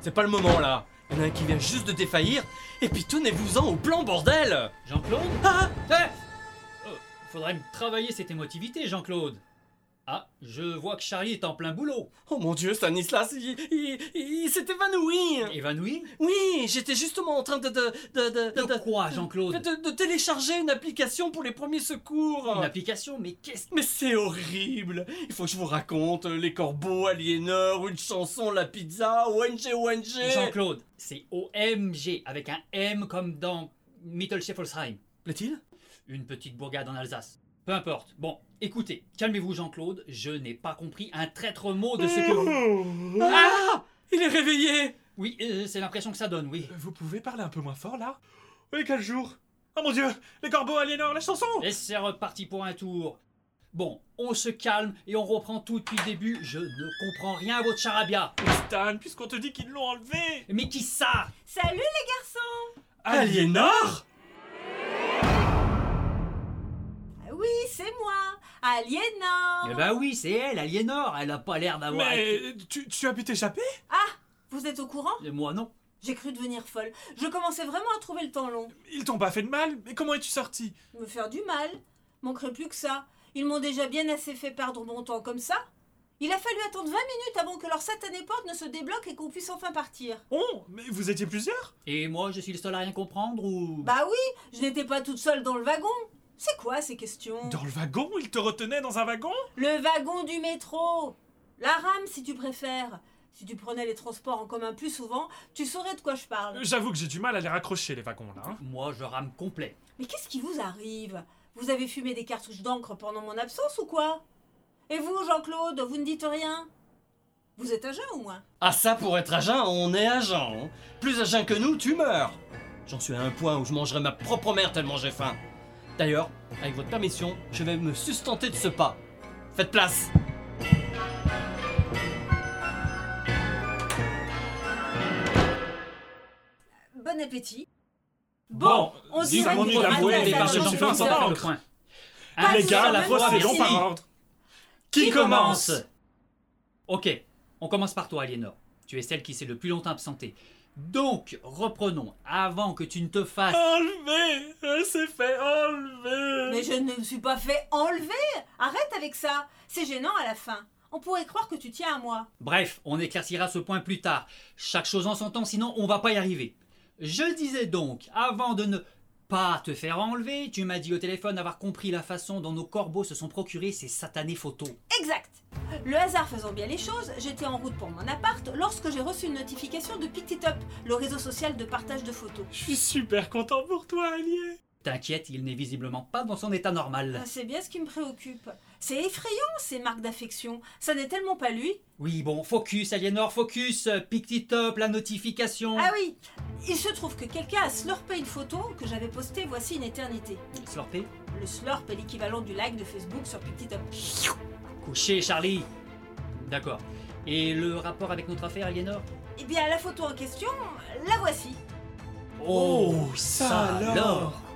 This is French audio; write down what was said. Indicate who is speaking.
Speaker 1: C'est pas le moment là. Il y en a un qui vient juste de défaillir. Et puis tenez-vous-en au plan, bordel
Speaker 2: Jean-Claude
Speaker 1: Ah
Speaker 2: Eh Oh, Faudrait me travailler cette émotivité, Jean-Claude. Ah, je vois que Charlie est en plein boulot.
Speaker 1: Oh mon dieu, Stanislas, il, il- il- il s'est évanoui
Speaker 2: Évanoui
Speaker 1: Oui, j'étais justement en train de... De, de, de, de-
Speaker 2: De quoi, Jean-Claude
Speaker 1: de- de télécharger une application pour les premiers secours
Speaker 2: Une application, mais qu'est-ce
Speaker 1: Mais c'est horrible Il faut que je vous raconte euh, les corbeaux, Aliénor, une chanson, la pizza, ONG,
Speaker 2: que...
Speaker 1: ONG
Speaker 2: Jean-Claude, c'est OMG, avec un M comme dans Mittelschäfelsheim.
Speaker 1: Plaît-il
Speaker 2: Une petite bourgade en Alsace. Peu importe. Bon, écoutez, calmez-vous, Jean-Claude. Je n'ai pas compris un traître mot de ce que
Speaker 1: Eh.
Speaker 2: vous... Oh.
Speaker 1: Ah Il est réveillé
Speaker 2: Oui, euh, c'est l'impression que ça donne, oui.
Speaker 3: Vous pouvez parler un peu moins fort là Oui, quel jour Oh mon dieu Les corbeaux, Aliénor, la chanson
Speaker 2: Et c'est reparti pour un tour. Bon, on se calme et on reprend tout depuis le début. Je ne comprends rien à votre charabia.
Speaker 1: Eh,
Speaker 3: Stan, puisqu'on te dit qu'ils l'ont enlevé
Speaker 2: Mais qui ça
Speaker 4: Salut les garçons
Speaker 1: Aliénor
Speaker 4: Ah Oui, c'est moi, Aliénor
Speaker 2: Eh ben oui, c'est elle, Aliénor. Elle a pas
Speaker 1: Ah
Speaker 2: l'air d'avoir.
Speaker 3: Mais tu, tu as pu t'échapper
Speaker 4: Ah Vous êtes au courant
Speaker 2: Et Moi non.
Speaker 4: J'ai cru devenir folle. Je commençais vraiment à trouver le temps long.
Speaker 3: Ils t'ont pas fait de mal Mais comment es-tu sorti
Speaker 4: Me faire du mal Manquerait plus que ça. Ils m'ont déjà bien assez fait perdre mon temps comme ça. Il a fallu attendre 20 minutes avant que leur satanée porte ne se débloque et qu'on puisse enfin partir.
Speaker 3: Oh Mais vous étiez plusieurs
Speaker 2: Et moi, je suis le seul à rien comprendre ou.
Speaker 4: Bah oui, je n'étais pas toute seule dans le wagon. C'est quoi ces questions
Speaker 3: Dans le wagon Ils te retenaient dans un wagon
Speaker 4: Le wagon du métro La rame si tu préfères. Si tu prenais les transports en commun plus souvent, tu saurais de quoi je parle.
Speaker 3: J'avoue que j'ai du mal à les raccrocher les wagons là. hein.
Speaker 2: Moi, je rame complet.
Speaker 4: Mais qu'est-ce qui vous arrive Vous avez fumé des cartouches d'encre pendant mon absence ou quoi Et vous, Jean-Claude, vous ne dites rien Vous êtes à jeun au moins
Speaker 1: Ah ça, pour être agent, on est agent. hein. Plus agent que nous, tu meurs. J'en suis à un point où je mangerai ma propre mère tellement j'ai faim. D'ailleurs, avec votre permission, je vais me sustenter de ce pas. Faites place
Speaker 4: Bon appétit
Speaker 3: Bon,
Speaker 4: on
Speaker 3: dis-
Speaker 4: dirait
Speaker 3: on
Speaker 4: hein, que
Speaker 3: est
Speaker 4: vous
Speaker 3: d'avouer
Speaker 4: revenez
Speaker 3: les
Speaker 4: à la
Speaker 3: barrages
Speaker 4: maison
Speaker 3: d'enfants,
Speaker 4: tout
Speaker 3: ça va.
Speaker 4: seul.
Speaker 2: le point. Ah,
Speaker 4: Pas
Speaker 3: Les
Speaker 4: de
Speaker 3: gars,
Speaker 4: seul,
Speaker 3: la
Speaker 4: la
Speaker 3: fois
Speaker 4: fois,
Speaker 3: c'est long
Speaker 4: merci.
Speaker 3: par ordre
Speaker 2: Qui commence Ok, on commence par toi, Aliénor. Tu es celle qui s'est le plus longtemps absentée. Donc, reprenons avant que tu ne te fasses.
Speaker 3: Enlevé Elle s'est fait enlever
Speaker 4: Mais je ne me suis pas fait enlever Arrête avec ça C'est gênant à la fin. On pourrait croire que tu tiens à moi.
Speaker 2: Bref, on éclaircira ce point plus tard. Chaque chose en son temps, sinon on va pas y arriver. Je disais donc, avant de ne pas te faire enlever, tu m'as dit au téléphone avoir compris la façon dont nos corbeaux se sont procurés ces satanées photos.
Speaker 4: Exact Le hasard faisant bien les choses, j'étais en route pour mon appart lorsque j'ai reçu une notification de PictiTop, le réseau social de partage de photos.
Speaker 3: Je suis super content pour toi, Allié
Speaker 2: T'inquiète, il n'est visiblement pas dans son état normal.
Speaker 4: Ah, C'est bien ce qui me préoccupe. C'est effrayant ces marques d'affection. Ça n'est tellement pas lui.
Speaker 2: Oui, bon, focus, Aliénor, focus, Pictitop, la notification.
Speaker 4: Ah oui Il se trouve que quelqu'un a slurpé une photo que j'avais postée voici une éternité.
Speaker 2: Slurpé.
Speaker 4: Le slurp est l'équivalent du like de Facebook sur PictiTop.
Speaker 2: Couché, Charlie. D'accord. Et le rapport avec notre affaire, Aliénor
Speaker 4: Eh bien, la photo en question, la voici.
Speaker 3: Oh, ça alors.